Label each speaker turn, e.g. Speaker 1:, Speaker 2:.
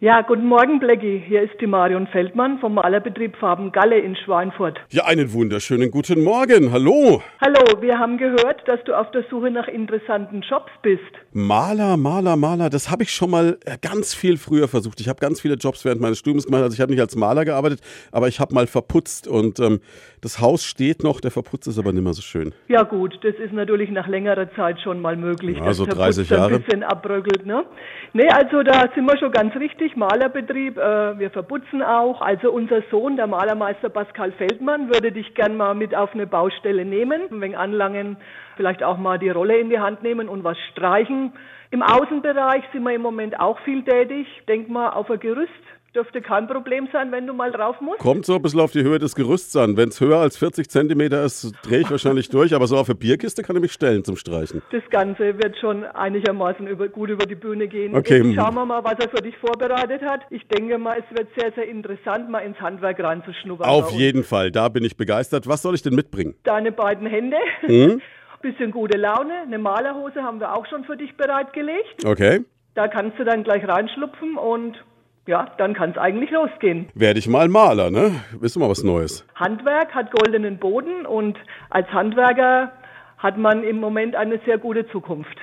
Speaker 1: Ja, guten Morgen, Blackie. Hier ist die Marion Feldmann vom Malerbetrieb Farben Galle in Schweinfurt.
Speaker 2: Ja, einen wunderschönen guten Morgen. Hallo.
Speaker 1: Hallo, wir haben gehört, dass du auf der Suche nach interessanten Jobs bist.
Speaker 2: Maler, Maler, Maler, das habe ich schon mal äh, ganz viel früher versucht. Ich habe ganz viele Jobs während meines Studiums gemacht. Also ich habe nicht als Maler gearbeitet, aber ich habe mal verputzt und ähm, das Haus steht noch, der Verputz ist aber nicht mehr so schön.
Speaker 1: Ja gut, das ist natürlich nach längerer Zeit schon mal möglich.
Speaker 2: Ja, so
Speaker 1: dass der
Speaker 2: 30
Speaker 1: Putz ein
Speaker 2: Jahre.
Speaker 1: bisschen abbröckelt, ne? Nee, also da sind wir schon ganz richtig, Malerbetrieb, äh, wir verputzen auch. Also unser Sohn, der Malermeister Pascal Feldmann, würde dich gern mal mit auf eine Baustelle nehmen, wegen Anlangen vielleicht auch mal die Rolle in die Hand nehmen und was streichen. Im Außenbereich sind wir im Moment auch viel tätig. Denk mal auf ein Gerüst. Dürfte kein Problem sein, wenn du mal drauf musst.
Speaker 2: Kommt so ein bisschen auf die Höhe des Gerüsts an. Wenn es höher als 40 Zentimeter ist, drehe ich wahrscheinlich durch, aber so auf eine Bierkiste kann ich mich stellen zum Streichen.
Speaker 1: Das Ganze wird schon einigermaßen über, gut über die Bühne gehen.
Speaker 2: Okay.
Speaker 1: Jetzt schauen wir mal, was er für dich vorbereitet hat. Ich denke mal, es wird sehr, sehr interessant, mal ins Handwerk reinzuschnuppern.
Speaker 2: Auf
Speaker 1: bei uns.
Speaker 2: jeden Fall, da bin ich begeistert. Was soll ich denn mitbringen?
Speaker 1: Deine beiden Hände.
Speaker 2: Hm?
Speaker 1: Bisschen gute Laune. Eine Malerhose haben wir auch schon für dich bereitgelegt.
Speaker 2: Okay.
Speaker 1: Da kannst du dann gleich reinschlupfen und ja, dann kann es eigentlich losgehen.
Speaker 2: Werde ich mal Maler, ne? Ist immer was Neues.
Speaker 1: Handwerk hat goldenen Boden und als Handwerker hat man im Moment eine sehr gute Zukunft.